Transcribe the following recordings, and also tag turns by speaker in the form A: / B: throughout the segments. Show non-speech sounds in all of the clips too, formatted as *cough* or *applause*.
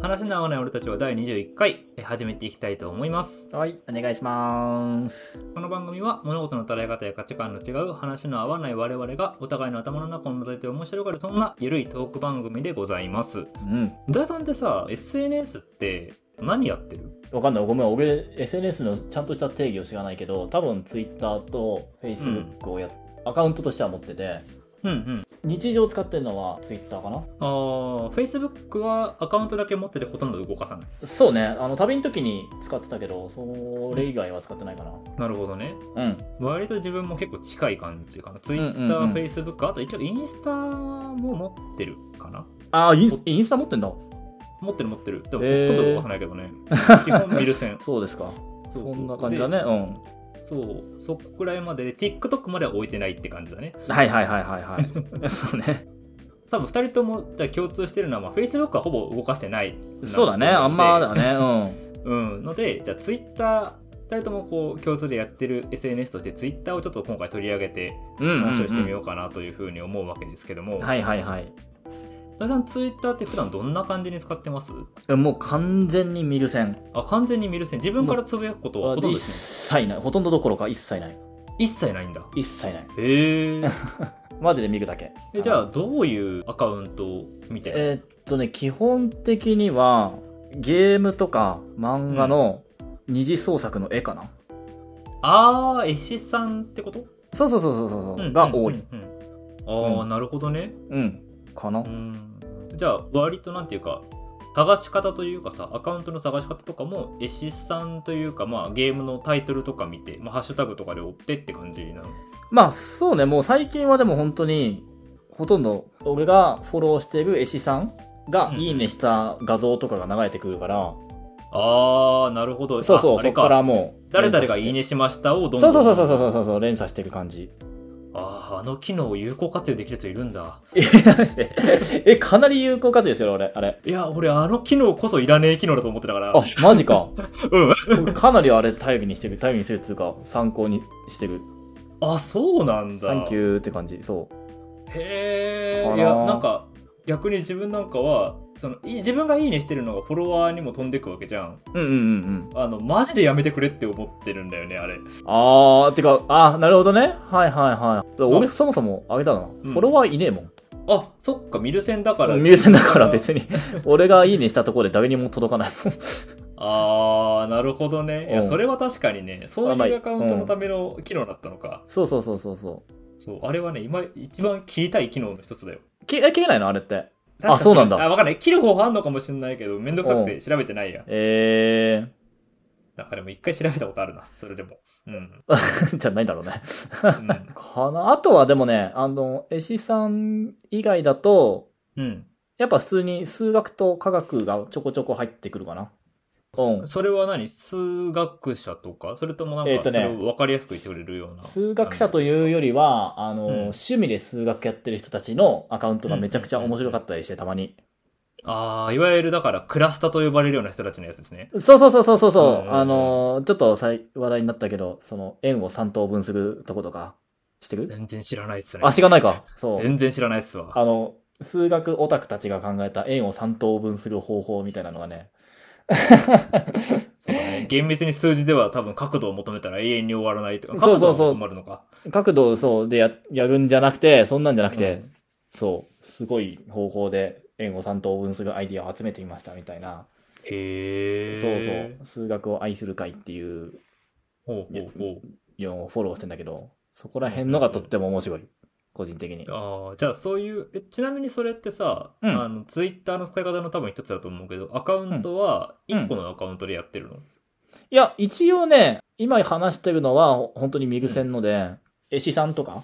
A: 話の合わない俺たちは第21回え始めていきたいと思います
B: はい、お願いします。
A: この番組は物事の捉え方や価値観の違う話の合わない我々がお互いの頭の中を覗いて面白がるそんなゆるいトーク番組でございます
B: うん。
A: 大さんってさ SNS って何やってる
B: わかんない。ごめん。俺、SNS のちゃんとした定義を知らないけど、多分 Twitter と Facebook をや、アカウントとしては持ってて、
A: うんうん
B: 日常使ってるのは Twitter かな
A: あー Facebook はアカウントだけ持っててほとんど動かさない
B: そうね。あの、旅の時に使ってたけど、それ以外は使ってないかな。
A: なるほどね
B: うん。
A: 割と自分も結構近い感じかな Twitter、
B: うんうん
A: Facebook あと一応インスタも持ってるかな
B: ああ、インスインスタ持ってんだ。
A: 持ってる持ってるでもほ
B: へー
A: とんど動かさないけど
B: *laughs*
A: ね、基本見る線
B: そうですか。
A: う
B: そんな感じだね。う
A: そうそこくらいまでで TikTok までは置いてないって感じだね
B: ん。はいはいはいはい *laughs* はい。そうね。
A: 多分2人ともだから共通してるのは、まあ、Facebook はほぼ動かしてないなと思って
B: そうだね。あんまだね。
A: うんのでじゃあ Twitter 2人ともこう共通でやってる SNS として Twitter をちょっと今回取り上げて
B: うん。うん、うん。
A: 話をしてみよ
B: う
A: うかなというふうに思うわけですけども、
B: ん。はいはいはい。
A: 大さんツイッターって普段どんな感じに使ってます
B: もう完全に見る線。
A: あ完全に見る線自分からつぶやくことはほとんど
B: 一
A: ですね
B: 切ないほとんどどころか一切ない
A: 一切ないんだ
B: 一切ない
A: へえ
B: マジで見るだけ
A: えじゃあどういうアカウントを見てる
B: えーっとね基本的にはゲームとか漫画の二次創作の絵かな、
A: ああ絵師さんってこと、
B: そうそうそうそうそう、
A: うん
B: が多い
A: うんうんうんああ、
B: うん
A: なるほどね
B: うん、かな、
A: うんじゃあ割となんていうか探し方というかさアカウントの探し方とかも絵師さんというか、まあ、ゲームのタイトルとか見て、まあ、ハッシュタグとかで追ってって感じなの
B: まあそうねもう最近はでも本当にほとんど俺がフォローしてる絵師さんが
A: うん
B: いいねした画像とかが流れてくるから、
A: ああなるほど
B: そうそう
A: ああ
B: そ
A: れ
B: っからもう
A: 誰々がいい
B: 連鎖し
A: ねし
B: て
A: ましたをどんどん
B: そうそうそうそうそうそうそう連鎖していく感じ
A: あああの機能を有効活用できる人いるんだ
B: え、 *laughs* えかなり有効活用ですよ、俺、あれ。
A: いや俺あの機能こそいらねえ機能だと思ってたから
B: あ、マジ *laughs* か。
A: うん
B: かなりあれ、頼りにしてる、頼りにしてるっていうか、参考にしてる。
A: あそうなんだ
B: サンキューって感じ、そ
A: へえ
B: かない
A: やなんか逆に自分なんかはそのい自分がいいねしてるのがフォロワーにも飛んでくわけじゃん
B: う。うんうんうん
A: あのマジでやめてくれって思ってるんだよねあれ
B: うん。あー、てか、あー、なるほどね。はいはいはい。俺、そもそも、あれだな、
A: ん
B: フォロワーいねえもん。
A: あそっか見る線だから
B: ミュージンだから別 *laughs* に、俺がいいねしたところで誰にも届かないもん。
A: あーなるほどねいうや
B: ん
A: それは確かにねそう
B: まあ
A: いうアカウントのための機能だったのか、
B: そうそうそうそうそ
A: そうあれはね今一番切りたい機能の一つだよ
B: う。きえ切れないのあれって。
A: 確か
B: そうなんだ
A: あ分かんない切る方法あんのかもしれないけどめんどくさく
B: う
A: て調べてないや
B: え
A: なんかでも一回調べたことあるなそれでもうん、
B: ー、 *laughs* じゃないんだろうね。 *laughs*
A: うん
B: かなあとはでもね、あの、絵師さん以外だと、
A: うん、
B: やっぱ普通に数学と科学がちょこちょこ入ってくるかな。うん。
A: それは何数学者とかそれともなん
B: え
A: かそ
B: ーとね
A: れを分かりやすく言ってくれるような、
B: 数学者というよりは、あの、
A: うん
B: 趣味で数学やってる人たちのアカウントがめちゃくちゃ面白かったりして、たまに。
A: ああいわゆるだからクラスタと呼ばれるような人たちのやつですね
B: そうそうそうそうそうそうう、
A: ん
B: あの、ちょっとさい話題になったけど、その、円を3等分するとことか、してくる
A: 全然知らないっすね
B: あ、知らないか。そう。
A: 全然知らないっすわ
B: あの、数学オタクたちが考えた円を3等分する方法みたいなのがね、
A: そうだね厳密に数字では多分角度を求めたら永遠に終わらないとか
B: そ
A: 角
B: うそ
A: 度
B: うそう
A: が止まるのか
B: 角度をそうでややるんじゃなくて、そんなんじゃなくて、
A: う
B: そう、すごい方法で円を3等分するアイディアを集めてみましたみたいな、
A: へえ
B: そうそう、数学を愛する会っていう
A: ほうほうほう
B: のをフォローしてんだけど、そこら辺のがとっても面白い、個人的に。
A: ああ、じゃあそういう、えちなみにそれってさ、
B: うん
A: あの、ツイッターの使い方の多分一つだと思うけど、アカウントは
B: うん
A: 1個のアカウントでやってるの、
B: いや、一応ね、今話してるのは本当にミグセンので、絵師さんとか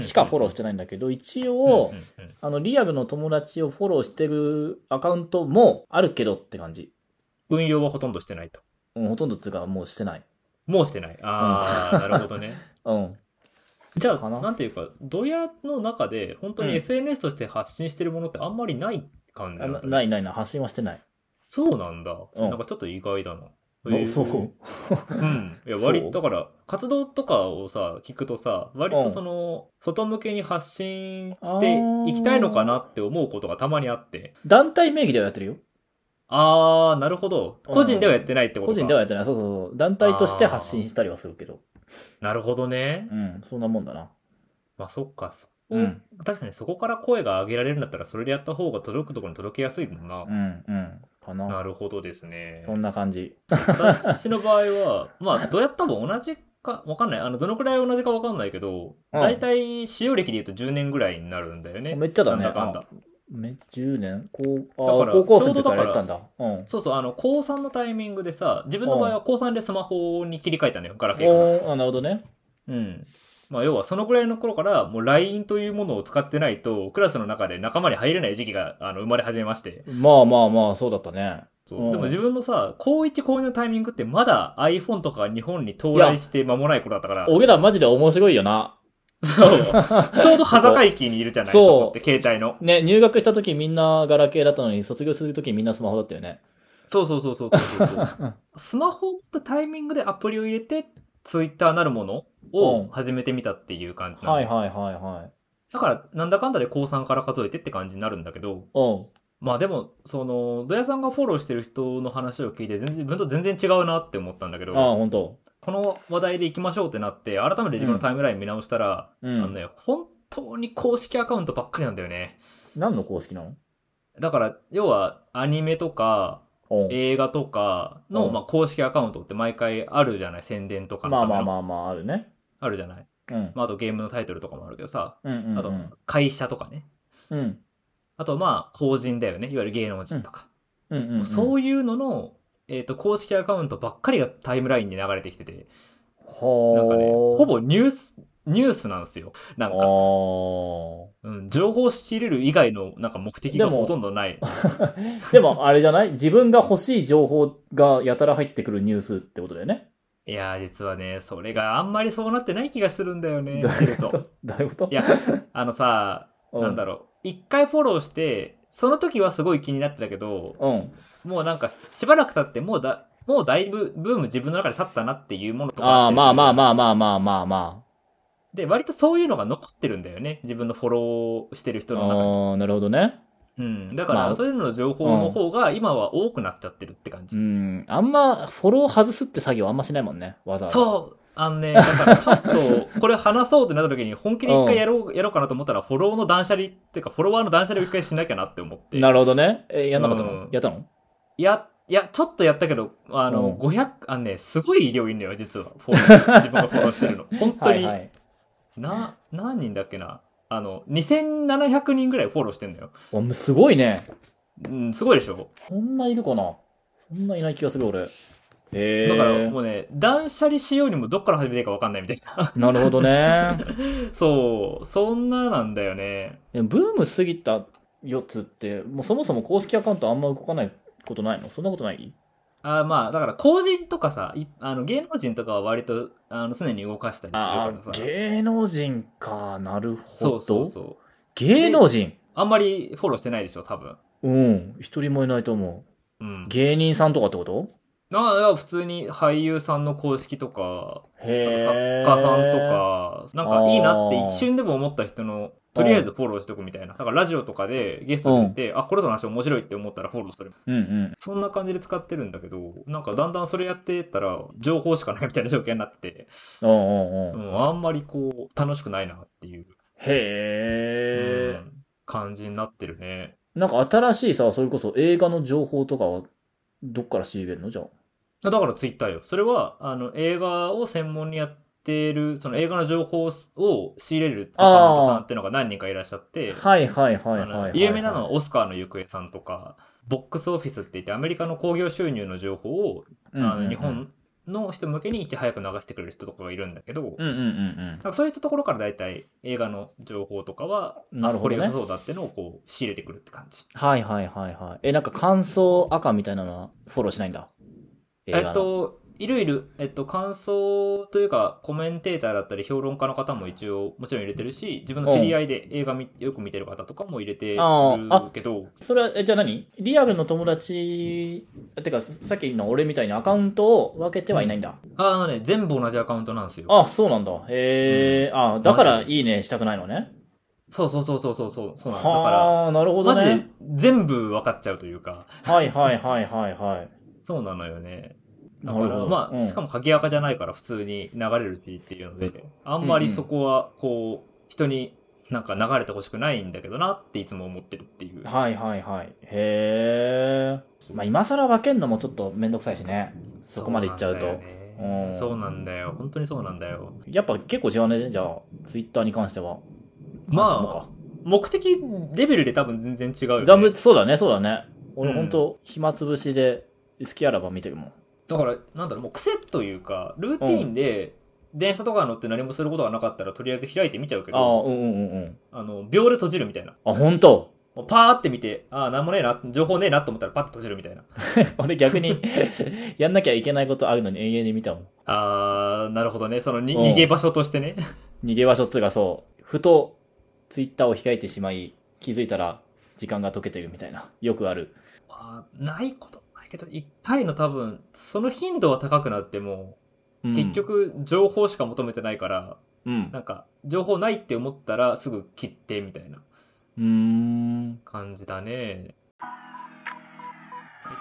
B: しかフォ
A: ロ
B: ローしてないんだけど、一
A: ー
B: 応、あの、リアルの友達をフォローしてるアカウントもあるけどって感じ。
A: 運用はほとんどしてないと。
B: うん、ほとんどっていうかもうしてない。
A: もうしてない。ああ、なるほ
B: *laughs*
A: どね。
B: うん。
A: じゃ
B: か
A: あ、
B: な
A: なんていうか、ドヤの中で、本当
B: う
A: に
B: ん
A: SNS として発信してるものってあんまりない感じ
B: あ
A: なん
B: な
A: だね
B: ないないない、発信はしてない。
A: そうなんだ。
B: うん
A: なんかちょっと意外だな。へー
B: そう。
A: うん、いや
B: そう
A: 割だから活動とかをさ聞くとさ割
B: う
A: と
B: ん
A: その外向けに発信していきたいのかなって思うことがたまにあって
B: 団体名義ではやってるよ。
A: あー、なるほど。
B: うん
A: 個人ではやってないってこと
B: 個
A: か。
B: 人ではやってない。そうそうそう。団体として発信したりはするけど。
A: なるほどね
B: う。ん、そんなもんだな。
A: まあそっか。そこ
B: うん
A: 確かにそこから声が上げられるんだったら、それでやった方が届くところに届けやすいもんな
B: う。ん、うん。かな。
A: なるほどですね。
B: そんな感じ。
A: 私の場合は、まあ、どうやったも同じか、わかんない。あの、どのくらい同じかわかんないけど、
B: うん
A: 大体、使用歴で言うと10年ぐらいになるんだよね。
B: めっちゃだね。
A: なんだかんだ。
B: め10年高
A: だ
B: あ
A: から
B: 高校生の時からやったんだ。うん。
A: そうそう、あの、高3のタイミングでさ、自分の場合は高3でスマホに切り替えたのよ、ガラケー
B: おーあなるほどね。
A: から。うん。まあ、要はそのぐらいの頃から、もう LINE というものを使ってないと、クラスの中で仲間に入れない時期があの生まれ始めまして。
B: まあまあまあ、そうだったね。
A: そう
B: うん
A: でも自分のさ、高1高2のタイミングってまだ iPhone とかが日本に到来して間もない頃だったから、
B: 俺らマジで面白いよな。
A: *laughs* そう。ちょうど端境期にいるじゃない
B: そう
A: そこって、携帯の。
B: ね、入学した時みんなガラケーだったのに、卒業する時みんなスマホだったよね。
A: そうそうそうそうそうそうスマホとタイミングでアプリを入れて、ツイッターなるもの
B: う
A: を
B: ん
A: 始めてみたっていう感じなの、
B: はいはいはいはい。
A: だから、なんだかんだで高3から数えてって感じになるんだけど、
B: うん。
A: まあでも、その、土屋さんがフォローしてる人の話を聞いて、全然、自分と全然違うなって思ったんだけど、
B: ああ、本当。
A: この話題で行きましょうってなって、改めて自分のタイムライン見直したら、
B: う
A: あの
B: ん。
A: ね、本当に公式アカウントばっかりなんだよね。
B: 何の公式なの
A: だから、要は、アニメとか、
B: うん
A: 映画とかの、
B: うん
A: まあ、公式アカウントって毎回あるじゃない宣伝とかの
B: ま
A: ため
B: あ
A: の
B: まあまあまあ、あるね。
A: あるじゃない、
B: うん。
A: まあ、あとゲームのタイトルとかもあるけどさ
B: うんうんうん。
A: あと会社とかね
B: うん。
A: あとまあ法人だよねいわゆる芸能人とか、
B: うんうんうん。
A: そういうのの、えー、と公式アカウントばっかりがタイムラインに流れてきてて
B: ほー
A: なんかねほぼニュースニュースなんですよなんか、
B: あー
A: うん、情報を仕入れる以外のなんか目的が
B: でも
A: ほとんどない
B: でも、あれじゃない自分が欲しい情報がやたら入ってくるニュースってことだよね。
A: いやー実はねそれがあんまりそうなってない気がするんだよね
B: どういうこ
A: 見てる
B: とどういうこと
A: いや、あのさなんだ
B: ろ
A: ろう、一回フォローして、その時はすごい気になってたけど、
B: う。うん。
A: もうなんかしばらく経って、もうだ、もうだいぶブーム自分の中で去ったなっていうものとか
B: ああ、まあまあ
A: あっ
B: まあまあまあまあ
A: た
B: ま
A: りする。で、割とそういうのが残ってるんだよね。自分のフォローしてる
B: あ。
A: 人の中
B: ああ、なるほどね。
A: に。うん。だか
B: まあ
A: ら、そういうのの情報の方が今は多くなっちゃってるって感
B: う
A: じ。
B: ん。あんま、フォロー外すって作業あんましないもんね。わざわざ。う。
A: そう。あのね、だからちょっと、これ話そうってなった時に、本気で一回やろう、やろうかなと思ったら、フォローの断捨離っていうか、フォロワーの断捨離を一回しなきゃなって思って。
B: なるほどね。え、やんなかった
A: う
B: の
A: ん
B: やったの
A: いや、いや、ちょっとやったけど、あの、
B: うん
A: 500、あのね、すごい量いんのよ、実は。フォロー自分がフォローしてるの。本当に、
B: *laughs* はいはい。
A: な、何人だっけな。あの、2700人ぐらいフォローしてんのよ。
B: おむすごいね。
A: うん、すごいでしょ
B: そんないるかなそんないない気がする、俺。ええ
A: だからもうね、断捨離しようにもどっから始めていいかわかんないみたいな。
B: なるほどね。
A: そう、そんななんだよね。
B: でもブーム過ぎたやつって、もうそもそも公式アカウントあんま動かないことないのそんなことない
A: あーまあ、だから、公人とかさ、いあの芸能人とかは割とあの常に動かしたり
B: あ
A: する
B: あ、
A: からさ。
B: 芸能人か。なるほ
A: そ
B: ど。
A: うそうそう。
B: 芸能人
A: あんまりフォローしてないでしょ、多分。
B: うん。一人もいないと思う。
A: うん。
B: 芸人さんとかってこと
A: あいや普通に俳優さんの公式とか、あと作家
B: へえ。
A: さんと。か、なんかいいなって
B: あー
A: 一瞬でも思った人の、とりあえずフォローしとくみたいな。だからラジオとかでゲストに行って、あ、これとの話面白いって思ったらフォローする。
B: うんうん。
A: そんな感じで使ってるんだけど、なんかだんだんそれやってったら、情報しかないみたいな状況になって、
B: うんうん
A: う
B: うん。へ
A: ん、あんまりこう、楽しくないなっていう、
B: え
A: う。ん感じになってるね。
B: なんか新しいさ、それこそ映画の情報とかは、どっから仕入れるのじゃあ。
A: だからツイッターよ。それは、あの、映画を専門にやってる、その映画の情報を仕入れるアカウントさんっていうのが何人かいらっしゃって、
B: はいはいはい
A: あ
B: はいはい、は
A: の
B: い。
A: 有名なのはオスカーの行方さんとか、ボックスオフィスって言って、アメリカの興行収入の情報を、
B: うんうんうん、
A: あの日本の人向けにいち早く流してくれる人とかがいるんだけど、
B: うんうんうんうん。
A: なんかそういうところから大体映画の情報とかは、
B: なるほどね
A: あこれ良さそうだってのをこう仕入れてくるって感じ。
B: はいはいはいはい。え、なんか感想赤みたいなのはフォローしないんだ。映
A: え
B: 画の
A: っと、いろいろ、えっと、感想というか、コメンテーターだったり、評論家の方も一応、もちろん入れてるし、自分の知り合いで映画みよく見てる方とかも入れてる
B: あーあ
A: けど、
B: それは、え、じゃあ何リアルの友達、てかさっきの俺みたいなアカウントを分けてはいないんだ。
A: ああのね、全部同じアカウントなんですよ。
B: あ、そうなんだ。へえ、あ、だからいいねしたくないのね。
A: そうそうそうそうそうそうそうなんだか
B: はあ、なるほ
A: ら、マ
B: ど
A: ジで
B: ね。
A: 全部分かっちゃうというか、
B: はいはいはいはいはい。
A: そうなのよね。だ
B: な
A: か
B: るほ
A: ら
B: ど。
A: ま
B: う
A: あ、
B: ん
A: しかも鍵垢じゃないから普通に流れるしっていうので、あんまりそこはこう、人になんか流れてほしくないんだけどなっていつも思ってるっていう。
B: はいはいはい。へえ。まあ今更分けんのもちょっとめんどくさいしね。そこまで行っちゃうと
A: そうなんだよね
B: うん
A: そうなんだよ。本当にそうなんだよ。
B: やっぱ結構違うね。じゃあ、ツイッターに関しては。
A: まあ、目的レベルで多分全然違うよ、
B: あ
A: ね。
B: ザム、そうだね、そうだね。俺
A: うん
B: ほんと、暇つぶしで、好きあらば見てるもん。
A: だから、なんだろう、もう癖というか、ルーティーンで、電車とか乗って何もすることがなかったら、とりあえず開いてみちゃうけ
B: ああ、
A: ど、
B: うんうんうんうん。
A: あの、秒で閉じるみたいな。
B: あ、ほんと
A: もうパーって見て、ああ、なんもねえな、情報ねえなと思ったらパッと閉じるみたいな。
B: 俺逆に、 *laughs* やんなきゃいけないことあるのに永遠に見たもん。
A: あー、なるほどね。そのに、
B: うん
A: 逃げ場所としてね。
B: 逃げ場所っつうかそう、ふと、ツイッターを開いてしまい、気づいたら、時間が解けてるみたいな。よくある。
A: あーないことないけど、一回の多分、その頻度は高くなっても、
B: うん
A: 結、局、情報しか求めてないから、
B: うん。
A: なんか、情報ないって思ったら、すぐ切って、みたいな。
B: うーん。
A: 感じだね。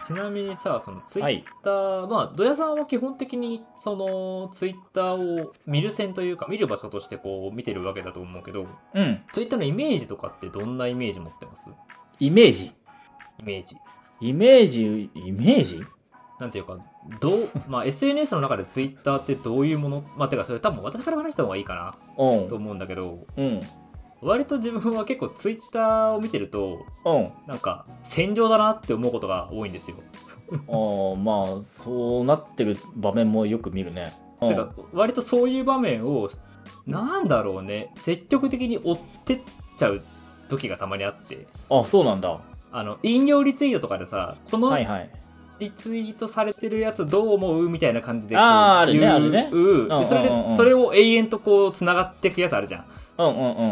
A: ちなみにさ、そのツイ
B: は
A: ッ
B: い。
A: ター、まあ、土屋さんは基本的にそのツイッターを見る線というか、見る場所としてこう見てるわけだと思うけど、
B: うん。
A: ツイッターのイメージとかってどんなイメージ持ってます
B: イメージ。
A: イメージ。
B: イメージ、イメージ
A: なんていうか、どう、まあ、SNS の中でツイッターってどういうもの、まあ、てかそれ多分私から話した方がいいか
B: う
A: なと
B: ん。
A: 思うんだけど、
B: うん。
A: 割と自分は結構ツイッターを見てると、
B: うん。
A: なんか戦場だなって思うことが多いんですよ。
B: ああまあそうなってる場面もよく見るね。うん
A: てか割とそういう場面をなんだろうね積極的に追ってっちゃう時がたまにあって
B: あそうなんだ。
A: あの引用リツイートとかでさこの
B: はいはい。
A: リツイートされてるやつどう思うみたいな感じでこう
B: あーあるね
A: 言う
B: あるね
A: うん
B: うん
A: でそれ
B: うんうんう
A: で
B: ん
A: それを永遠とこうつながっていくやつあるじゃん
B: うんうんうん。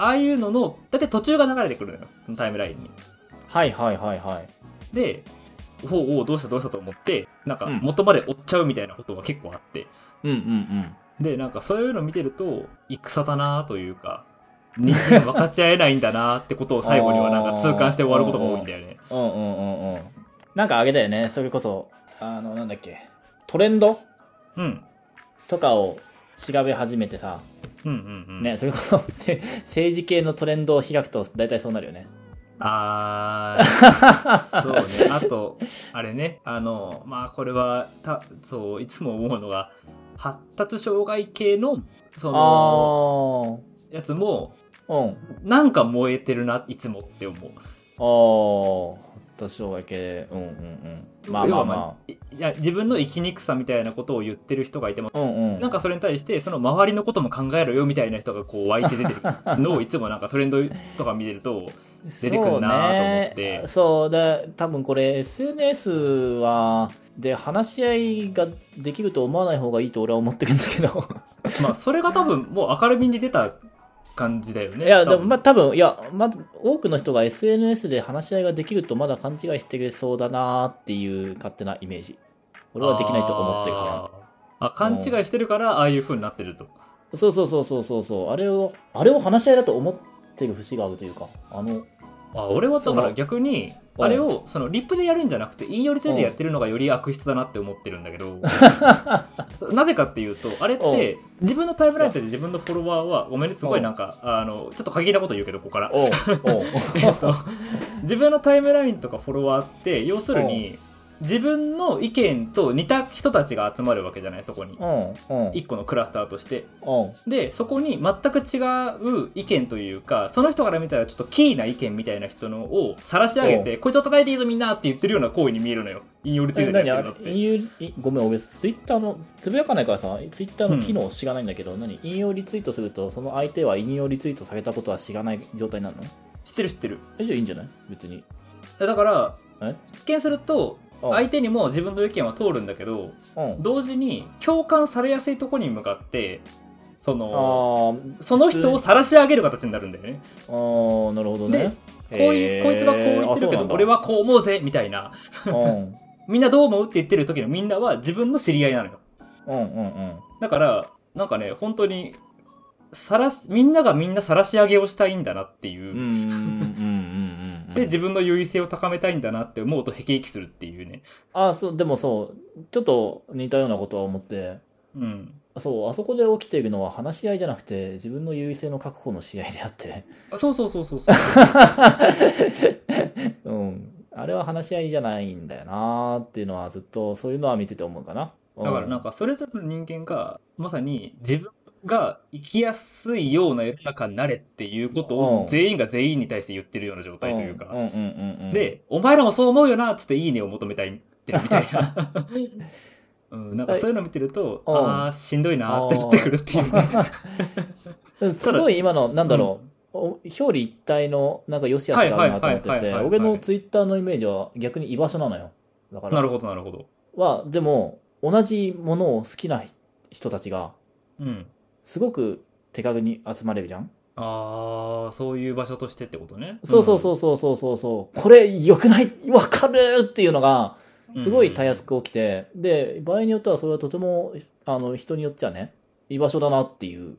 A: ああいうののだって途中が流れてくるのよそのタイムラインに
B: はいはいはいはい。
A: でおうおうどうしたどうしたと思ってなんか
B: うん
A: 元まで追っちゃうみたいなことが結構あって、
B: うんうんうん。
A: でなんかそういうの見てると戦だなというか人間分かち合えないんだなってことを最後にはなん
B: *laughs*
A: か痛感して終わることが多いんだよね。
B: うんうんうんうん。なんかあれだよね。それこそ、あの、なんだっけ。トレンド
A: うん
B: とかを調べ始めてさ。
A: うんうんうん。
B: ね、それこそ、せ政治系のトレンドを開くと大体そうなるよ *laughs* ね。
A: あーそう
B: *laughs*
A: ねあとあれねあのまあこれはたそういつも思うのが発達障害系のそ
B: あ
A: の
B: ー
A: やつも
B: うん。
A: なんか燃えてるないつもって思う。
B: あー発達障害系。うんうんうん。まあまあま
A: 要はいや自分の生きにくさみたいなことを言ってる人がいても
B: あ。うんうん。 *laughs*
A: なんかそれに対してその周りのことも考えろよみたいな人がこう湧いて出
B: *laughs*
A: てくるのをいつもなんかトレンドとか見てると出てくるなと思って
B: そう,、ね、そうだ多分これ SNS はで話し合いができると思わない方がいいと俺は思ってるんだけど
A: まあそれが多分もう明るみに出た感じだよ
B: い
A: ね
B: やで
A: 多
B: も
A: 分
B: まあ多分いや、ま、多くの人が SNS で話し合いができるとまだ勘違いしてくれそうだなっていう勝手なイメージ俺はできないと思ってるか
A: あーあ勘違いしてるからああいう風になってると
B: らそうそうそうそうそうそうあれをあれを話し合いだと思ってる節があるというかあの
A: あ俺はだ
B: そ
A: から
B: の
A: 逆に
B: うん
A: あれをそのリップでやるんじゃなくて引用リツイートでやってるのがより悪質だなって思ってるんだけ
B: *laughs*
A: どそうなぜかっていうとあれって自分のタイムラインで自分のフォロワーはごめんねすごいなんかあのちょっと過激なこと言うけどここから
B: おう
A: *laughs*
B: おう
A: えっと自分のタイムラインとかフォロワーって要するに自分の意見と似た人たちが集まるわけじゃないそこに
B: うんうん
A: 1個のクラスターとして
B: うん
A: でそこに全く違う意見というかその人から見たらちょっとキーな意見みたいな人のを晒し上げてこいつを叩いていいぞみんなって言ってるような行為に見えるのよ引用リツイートで
B: 何
A: やっ
B: あ
A: てるの
B: れ
A: って
B: 引用いごめん俺ツイッターのつぶやかないからさツイッターの機能を知らないんだけど、何引用リツイートするとその相手は引用リツイートされたことは知らない状態なの
A: 知ってる知ってる
B: えじゃあいいんじゃない別に
A: だから
B: え
A: 一見すると
B: うん
A: 相手にも自分の意見は通るんだけど
B: うん
A: 同時に共感されやすいとこに向かってそ
B: あ
A: の
B: ー
A: その人を晒し上げる形になるんだよね。
B: あーなるほどね
A: こういうこいつがこう言ってるけど俺
B: は、
A: はこう思うぜみたいな
B: うん、うん
A: みんなどう思うって言ってる時のみんなは自分の知り合いなのよ。
B: うんうん
A: だからなんかね本当にさらし、みんながみんな晒し上げをしたいんだなっていうう。
B: んうんうんうんうん
A: で、自分の優位性を高めたいんだなって思うと、へきへきするっていうね。
B: あそうでもそうちょっと似たようなことは思って
A: うん。
B: そうあそこで起きているのは話し合いじゃなくて自分の優位性の確保の試合であって
A: そうそうそう
B: *laughs*
A: そうそう。
B: うんあれは話し合いじゃないんだよなーっていうのはずっとそういうのは見てて思うかな
A: だからなん
B: か
A: か、それぞれの人間が、まさに自分が生きやすいような世の中になれっていうこと
B: うん
A: を、全員が全員に対して言ってるような状態というか。
B: んうんうんうん、
A: で、お前らもそう思うよなっつっていいねを求めたいってみたい
B: *laughs*
A: な。うん、なんかそういうの見てると、
B: うん
A: ああ、しんどいなってなってくるっていうね。
B: うん *laughs* すごい今のなんだろう、お表裏一体のなんか良し悪しがあるなと思って
A: はいはい
B: て
A: はいはいはい
B: 俺のツイッターのイメージは逆に居場所なのよだ
A: *laughs*
B: か
A: なる
B: ら
A: ほど、なるほど。
B: はでも同じものを好きな人たちが
A: うん。
B: すごく手軽に集まれるじゃん
A: ああ、そういう場所としてってことね。
B: そうそうそうそうそうそうそうこれ良くないわかるっていうのが
A: うん
B: すごいたやすく起きて、で場合によってはそれはとてもあの人によっちゃね居場所だなっていう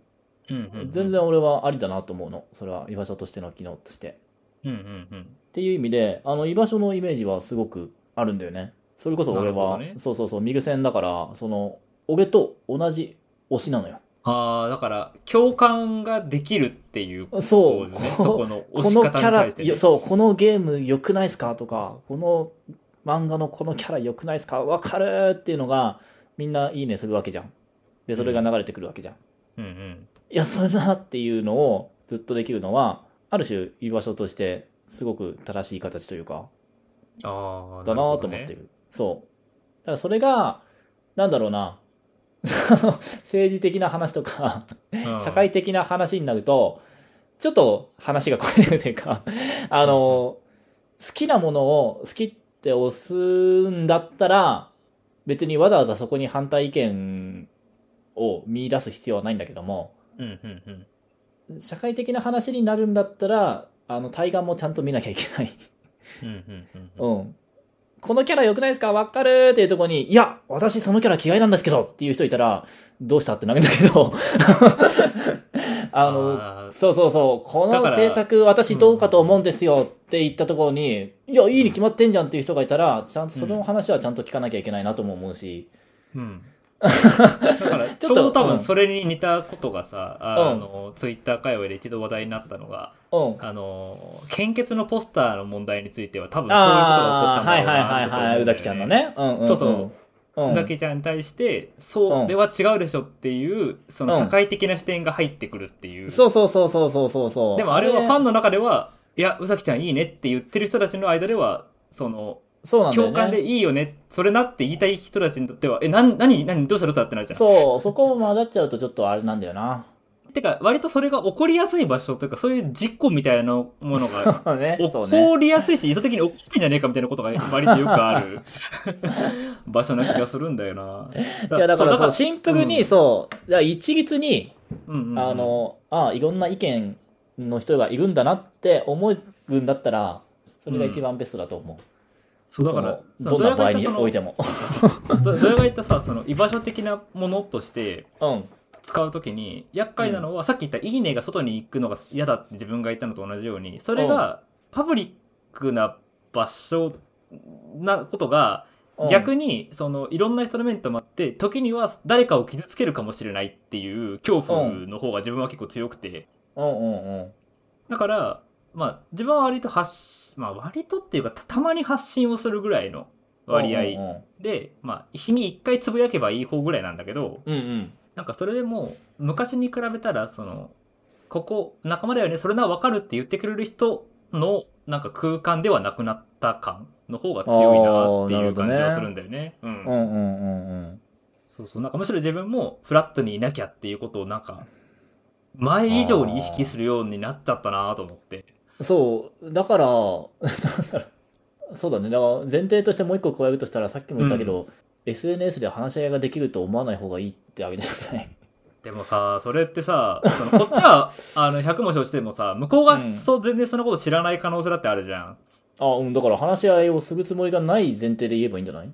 A: うんうんうん
B: 全然俺はありだなと思うのそれは居場所としての機能として
A: うんうんうん
B: っていう意味であの居場所のイメージはすごくあるんだよねそれこそ俺
A: なるほ
B: は、
A: どね
B: そうそうそうミルセンだからその俺と同じ推しなのよ
A: ああだから共感ができるっていうこと
B: そう
A: ですね
B: こ
A: そこの
B: こ
A: 押し
B: のキ
A: 方
B: ャ
A: に
B: ラ、
A: 対して
B: いやそうこのゲーム良くないですかとかこの漫画のこのキャラ良くないですかわかるっていうのがみんないいねするわけじゃんでそれが流れてくるわけじゃん、
A: うんうん
B: いやそれなっていうのをずっとできるのはある種居場所としてすごく正しい形というか
A: ああ
B: だなと思ってるそうだからそれがなんだろうな *laughs* 政治的な話とか社会的な話になるとちょっと話が超えてるというか *laughs* あの好きなものを好きって押すんだったら別にわざわざそこに反対意見を見出す必要はないんだけども
A: うんうんうん
B: 社会的な話になるんだったらあの対岸もちゃんと見なきゃいけない
A: うんうんうんうん
B: うん。このキャラ良くないですかわかるーっていうところに、いや、私そのキャラ嫌いなんですけどっていう人いたら、どうしたってなるんだけど。 *laughs* あの、
A: あー
B: そうそうそう、こ
A: だ
B: の
A: から
B: 制作私どうかと思うんですよって言ったところに、いや、いいに決まってんじゃんっていう人がいたら、ちゃんとその話はちゃんと聞かなきゃいけないなとも思うし。 *laughs*
A: うんだからちょうど多分それに似たことがさ、あのツイッター界隈で一度話題になったのが
B: うん。
A: あの献血のポスターの問題については多分そういうことが起
B: あ
A: こった
B: あ
A: ん
B: ー、は
A: だろ
B: いうはい
A: な
B: は
A: ってと思うだよ
B: いはい、宇崎ちゃんのね。うんうん、ん
A: そうそう。
B: うん、
A: ふざけちゃんに対して、それは違うでしょっていう、その社会的な視点が入ってくるっていう。
B: そうそうそうそうそうそうそう。
A: でもあれはファ
B: ン、
A: ンの中では、いや、うさきちゃんいいねって言ってる人たちの間では、その、
B: そうなんだよ
A: 共
B: ね。
A: 感でいいよね、それなって言いたい人たちにとっては、え、なん、何、何、どうしたどうしたってなるじゃん。
B: そう、そこを混ざっちゃうとちょっとあれなんだよな。 *laughs*
A: てか、割とそれが起こりやすい場所というか、そういう実行みたいなものが、
B: そうね。
A: 起
B: *laughs* そうね。
A: こりやすいし、意図的に起こしてんじゃねえかみたいなことが割とよくあ
B: *laughs*
A: る場所な気がするんだよな。
B: いや、だから
A: そ
B: そうう、シンプルに、そう、だから一律に、
A: うんうんうん
B: あの、ああ、いろんな意見の人がいるんだなって思うんだったら、それが一番ベストだと思う。
A: そうだから、
B: そのどんな場合におい
A: て
B: ても。
A: どどれが言ったさその居場所的なものとして
B: うん。
A: 使うときに厄介なのは、さっき言った「いいね」が外に行くのが嫌だって自分が言ったのと同じようにそれがパブリックな場所なことが
B: うん
A: 逆にそのいろんな人の目に留まって時には誰かを傷つけるかもしれないっていう恐怖の方が自分は結構強くて
B: うんうんうん。
A: だからまあ自分は割と発し、まあ、割とっていうかたたまに発信をするぐらいの割合
B: うん
A: で、まあ、日に1回つぶやけばいい方ぐらいなんだけど
B: うん。うん
A: なんかそれでもう昔に比べたらそのここ仲間だよねそれなら分かるって言ってくれる人のなんか空間ではなくなった感の方が強いなっていう感じがするんだよね。う
B: うんうんんうんうん。
A: そうそうなんかむしろ自分もフラットにいなきゃっていうことをなんか前以上に意識するようになっちゃったなと思って。
B: そう、だから、 *laughs* なんだろうそうだね。だから前提としてもう一個加えるとしたら、さっきも言ったけど、SNS で話し合いができると思わない方がいいってあげてくない。
A: でもさ、それってさ、そのこっち *laughs* はあの100も承知でもさ、向こう
B: うん
A: がそう全然そのこと知らない可能性だってあるじゃん。
B: あ、うん、だから話し合いをするつもりがない前提で言えばいいんじゃない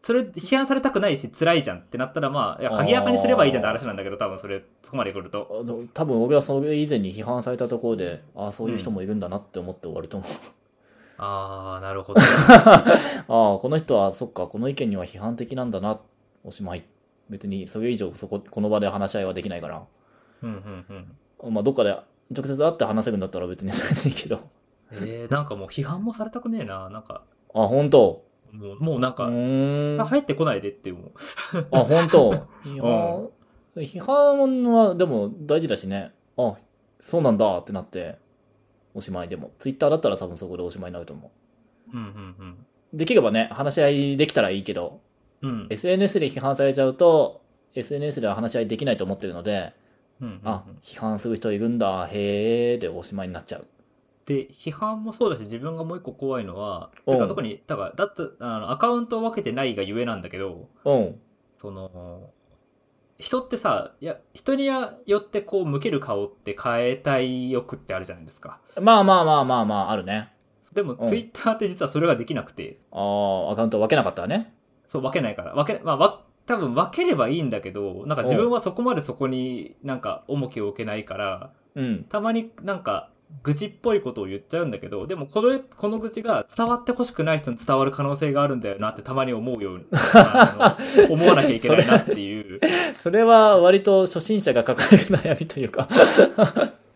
A: それ批判されたくないし辛いじゃんってなったらまあいや鍵垢にすればいいじゃんって話なんだけど多分それそこまで来ると
B: あの多分俺はそれ以前に批判されたところでああそういう人もいるんだなって思って終わると思う、
A: ああなるほ *laughs* ど
B: *laughs* ああこの人はそっかこの意見には批判的なんだなおしまい別にそれ以上そここの場で話し合いはできないから
A: うんうんうん
B: まあどっかで直接会って話せるんだったら別にそれでいいけど
A: えー、なんかもう批判もされたくねえななんか
B: あ本当
A: もうもうなん
B: う
A: か、
B: ーん
A: あ入ってこないでって思う
B: あ本当批判、批判はでも大事だしねあそうなんだってなっておしまいでもツイッターだったら多分そこでおしまいになると思
A: うんうん
B: うできればね話し合いできたらいいけど
A: うんうん
B: SNS で批判されちゃうと SNS では話し合いできないと思ってるので、
A: うんうんうん
B: あ批判する人いるんだへえでおしまいになっちゃう
A: で批判もそうだし自分がもう一個怖いのは
B: うん
A: てか特にだからだってあのアカウントを分けてないがゆえなんだけど
B: うん
A: その人ってさいや人によってこう向ける顔って変えたい欲ってあるじゃないですか
B: まあまあまあまあまああるね
A: でも
B: うん
A: ツイッターって実はそれができなくて
B: ああアカウント分けなかったらね
A: そう分けないから分けまあわ多分分ければいいんだけどなんか自分はそこまでそこになんか重きを置けないから
B: うん
A: たまになんか愚痴っぽいことを言っちゃうんだけどでもこのこの愚痴が伝わってほしくない人に伝わる可能性があるんだよなってたまに思うようにあの思わなきゃいけないなっていう
B: それは割と初心者が抱える悩みというか *laughs*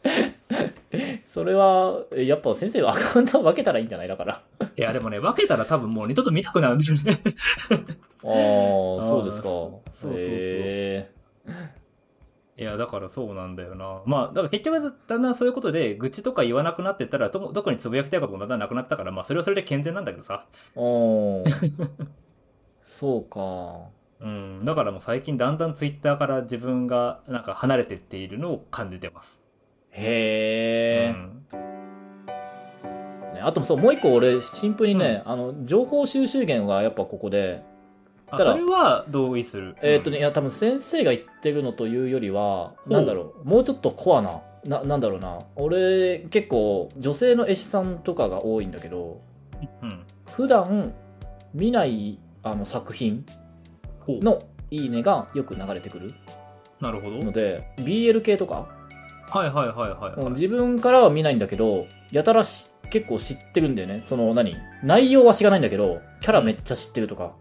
B: それはやっぱ先生はアカウント分けたらいいんじゃないだからあ
A: いやでもね分けたら多分もう二度と見たくなるんだよね
B: あそうですか
A: そうそうそうそう
B: へ
A: いや、だからそうなんだよな。まあ、だから結局、だんだんそういうことで、愚痴とか言わなくなってったら、どこどこにつぶやきたいこともだんだんなくなったから、まあ、それはそれで健全なんだけどさ。
B: えおーそうか
A: うん、だからもう最近、だんだんツイッターから自分が、なんか離れてっているのを感じてます。
B: へえ、
A: うん
B: ねあとそうもう一個俺シンプルにね、あの情報収集源がやっぱここで
A: あ
B: ただ
A: それは同意する。
B: えーっ、とね、
A: う
B: い
A: ん
B: や多分先生が言ってるのというよりは
A: ほう
B: なんだろうもうちょっとコアなななんだろうな俺結構女性の絵師さんとかが多いんだけど
A: うん。
B: 普段見ないあの作品
A: ほう。
B: のいいねがよく流れてくる
A: なるほど。
B: ので BL 系とか、
A: はいはいはいはい、
B: うん
A: はい。
B: 自分からは見ないんだけどやたらし結構知ってるんだよねその何内容は知らないんだけどキャラめっちゃ知ってるとか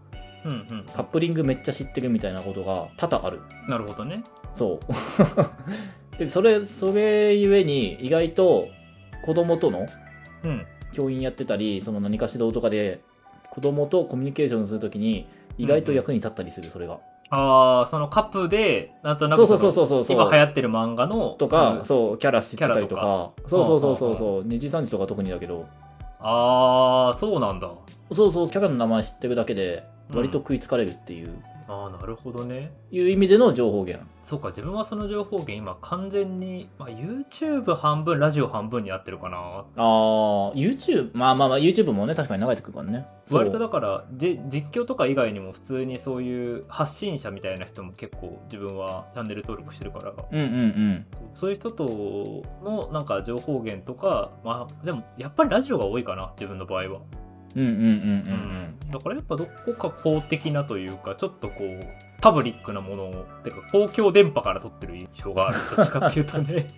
A: うんうん。
B: カップリングめっちゃ知ってるみたいなことが多々ある
A: なるほどね。
B: そう *laughs* でそれそれゆえに意外と子供との
A: うん。
B: 教員やってたりその何か指導とかで子供とコミュニケーションするときに意外と役に立ったりするそれが、
A: ああ、そのカップで、なんとな
B: そう
A: く
B: そうそう
A: う
B: そうそう
A: 今流行ってる漫画の、
B: と
A: うん
B: か、そうキャラ知ってたりと
A: キャ
B: かそうそうそうそう
A: う
B: そう二次三次とか特にだけど
A: ああ、そうなんだ。
B: そうそうキャラの名前知ってるだけで
A: うん
B: 割と食いつかれるっていう、
A: ああ、なるほどね。
B: いう意味での情報源
A: そうか自分はその情報源今完全に、まあ、YouTube 半分ラジオ半分になってるかな
B: ああ YouTube まあまあまあ YouTube もね確かに流れてくるからねそう
A: 割とだからじ実況とか以外にも普通にそういう発信者みたいな人も結構自分はチャンネル登録してるから
B: うんうんうん
A: そういう人とのなんか情報源とかまあでもやっぱりラジオが多いかな自分の場合は、
B: うんうんうんうんうん
A: だからやっぱどこか公的なというかちょっとこうパブリックなものをてか公共電波から取ってる印象があるどっちかっていうと
B: *laughs*
A: ね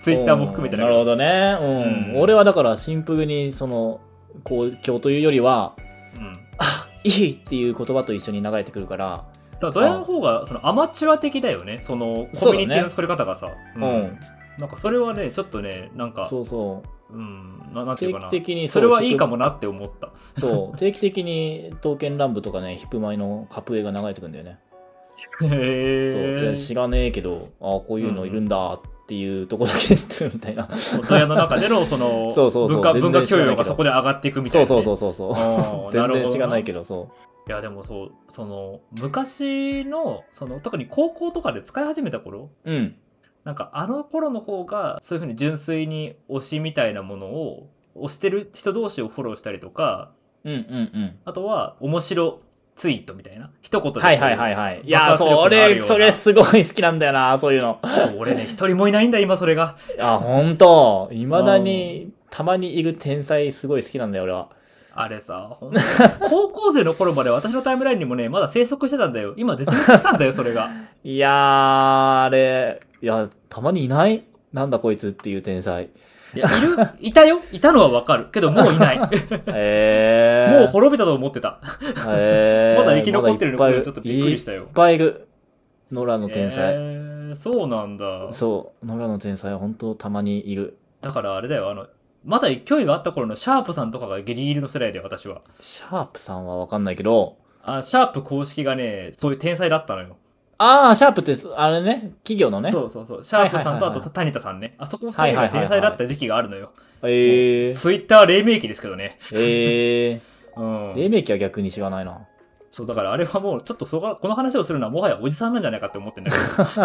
A: ツイッターも含めて
B: うん
A: だ
B: な
A: け
B: る
A: ど
B: ほどね、うん
A: うん
B: 俺はだからシンプルにその公共というよりは
A: うん
B: いいっていう言葉と一緒に流れてくるから、
A: だからドヤの方がそのアマチュア的だよねその
B: そ
A: コ
B: うだね
A: ミュニティの作り方がさ
B: う
A: うんなんかそれはねちょっとねなんか
B: そうそう
A: うんななんてい
B: 定
A: うかな
B: 期的に
A: それはいいかも
B: な
A: なって思った
B: そう定期的に刀剣乱舞とかねヒップマイのカプエが流れてくるんだよね、そう
A: へ
B: で知
A: え
B: らねえけどああこういうのいるんだっていうとこだけ知ってるみたいな、
A: ドヤの中でのその
B: そうそうそう
A: 文化
B: 全然
A: 文化教
B: 知らない
A: 養
B: け
A: が
B: ど
A: そこで上がっていくみたい
B: そう
A: なね、
B: そうそううそうそう *laughs*
A: そ
B: 全然知らないけどそ
A: いやでもそうその昔のその特に高校とかで使い始めた頃
B: ううん
A: なんかあの頃の方がそういうふうに純粋に推しみたいなものを推してる人同士をフォローしたりとか
B: うんうんうん
A: あとは、面白ツイートみたいな。一言で。
B: はいはいはいはい。いや、
A: 爆発力の
B: そ
A: あるよう
B: れ、
A: な
B: それすごい好きなんだよな、そういうの。
A: そう俺ね、一人もいないんだ、今それが。
B: あ、本当いまだに、たまにいる天才すごい好きなんだよ、俺は。
A: あれさ、ほんとに高校生の頃まで私のタイムラインにもね、まだ生息してたんだよ。今絶滅したんだよ、それが。
B: いやー、あれ、いや、たまにいないなんだこいつっていう天才。
A: いや、いる、いたよ。いたのはわかる。けど、もういない。
B: *laughs* えー。
A: もう滅びたと思ってた。
B: え
A: *laughs*
B: ー
A: まだ生き残ってるの
B: まだい
A: これちょっとびっくりしたよ
B: いっぱいいる。ノラの天才。
A: えーそうなんだ。
B: そう、ノラの天才は本当たまにいる。
A: だからあれだよ、あの、まだ勢いがあった頃のシャープさんとかがギリギリの世代で私は。
B: シャープさんはわかんないけど、
A: あ、シャープ公式がね、そういう天才だったのよ。
B: ああ、シャープって、あれね、企業のね。
A: そうそうそう。シャープさんと
B: は
A: あ
B: いはいはいはい
A: と谷田さんね。あそこ二人が天才だった時期があるのよ。
B: ええー。
A: ツイッター黎明期ですけどね。
B: ええ
A: うん
B: ー。。黎明期は逆に知らないな。
A: そう、だからあれはもう、ちょっとそこは、この話をするのはもはやおじさんなんじゃないかって思ってんだ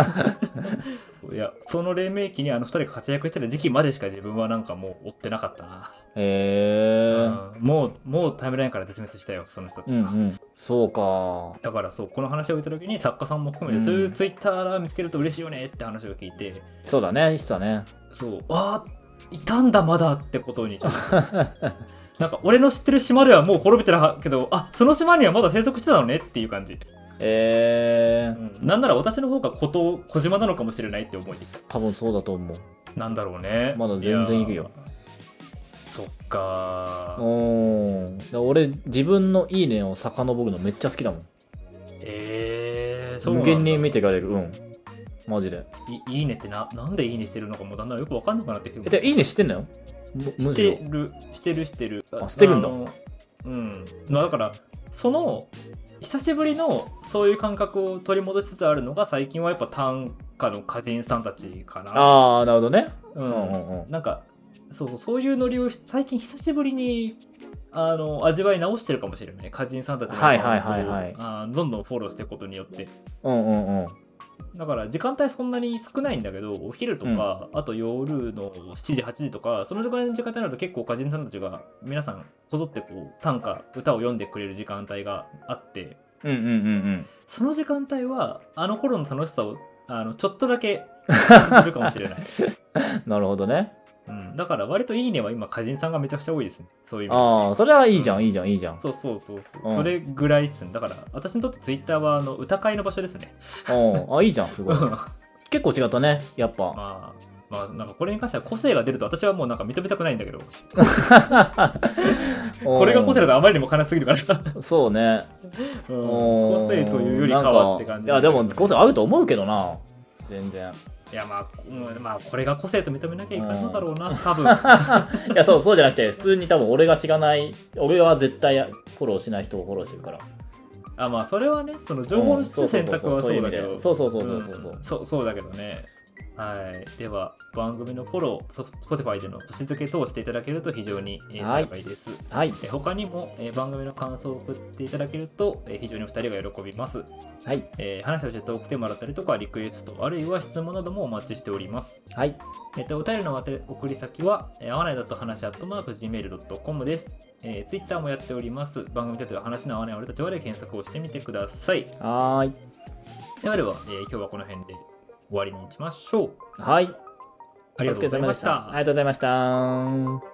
A: け
B: *laughs*
A: ど。いや、その黎明期にあの二人が活躍してた時期までしか自分はなんかもう追ってなかったな。
B: ええー。
A: うんもう、もうタイムラインから絶滅したよ、その人た
B: う
A: ち
B: ん
A: は。
B: うん。そうか。
A: だからそう、この話を聞いた時に作家さんも含め
B: うん
A: て、そういうツイッター見つけると嬉しいよねって話を聞いて、
B: そうだね、実はね。
A: そう、あーいたんだまだってことにちょっと。
B: *laughs*
A: なんか俺の知ってる島ではもう滅びてたけど、あその島にはまだ生息してたのねっていう感じ。
B: ええー。
A: うんなんなら私の方が孤島小島なのかもしれないって思い
B: 多分そうだと思う。
A: なんだろうね
B: まだ全然いるよ
A: やそっかー
B: おーだから俺、自分のいいねを遡るのめっちゃ好きだもん。
A: えー、そうな
B: 無
A: んだ
B: 限に見ていかれる。うん。マジで。
A: いいいねってななんでいいねしてるのかもうだんだんよくわかんなくなってきて
B: え、でいいねしてんのよむ
A: し
B: むしろ
A: てるしてるしてる
B: あしてるんだ
A: のうんまあだからその久しぶりのそういう感覚を取り戻しつつあるのが最近はやっぱ短歌の歌人さんたちかな
B: ああ、なるほどね。
A: う
B: うんんうんうん。
A: なんかそうそうそういうノリを最近久しぶりにあの味わい直してるかもしれない歌人さんたちの
B: はいはいはいは
A: アカウン
B: い
A: トをあーどんどんフォローしていくことによって
B: うんうんうん。
A: だから時間帯そんなに少ないんだけどお昼とか、あと夜の7時8時とかその時間の時間帯になると結構歌人さんたちが皆さんこぞってこう短歌歌を読んでくれる時間帯があって
B: うんうんうん
A: その時間帯はあの頃の楽しさをあのちょっとだけ感じるかもし
B: *laughs*
A: れない、
B: うん。なるほどね。
A: うん、だから割と「いいね」は今歌人さんがめちゃくちゃ多いですねそういう意味で
B: ああ、それはいいじゃん、いいじゃん、いいじゃん。
A: そうそうそうそう、
B: うん
A: それぐらいっすねだから私にとってツイッターはあの歌会の場所ですね
B: うん。あ、いいじゃん、すご
A: *laughs*
B: い。
A: ま
B: 結構違ったね、やっぱ。
A: あまあなんかこれに関しては個性が出ると私はもうなんか認めたくないんだけどこれが個性だとあまりにも悲しすぎるから、 *laughs*
B: うんそうね。
A: うん
B: うん
A: 個性というよりかはって感じ
B: なんかいや、でも個性あ
A: る
B: ると思うけどな。全然。
A: いやまあ、うんまあこれが個性と認めなきゃいかん
B: う
A: の
B: ん
A: だろうな多分 *laughs* あ
B: いや、そう、そうじゃなくて、普通に多分俺が知らない、俺は絶対フォローしない人をフォローしてるから。
A: まあそれはねその情報の選択はそうだけど
B: そうそうそうそうそういう意味でそうそうそうそうそう
A: うんそうそうだけどねはいでは番組のフォロー Spotify での星付け等をしていただけると非常にえー
B: はい
A: 幸いです、
B: はい。
A: えー他にも、えー番組の感想を送っていただけると、えー非常にお二人が喜びます、
B: はい。
A: えー話をしてトークテーマだったりとかリクエストあるいは質問などもお待ちしております
B: はい。
A: えっと、お便りの宛て送り先は、えー合わないだと話、アットマーク、gmail.com です。えー、ツイッターもやっております。番組タイトル、話の合わない俺たちはで検索をしてみてください。
B: はーい。
A: であれば、えー今日はこの辺で終わりにしましょう。
B: はい。
A: ありがとうございました
B: お疲れ様でありがとうございました。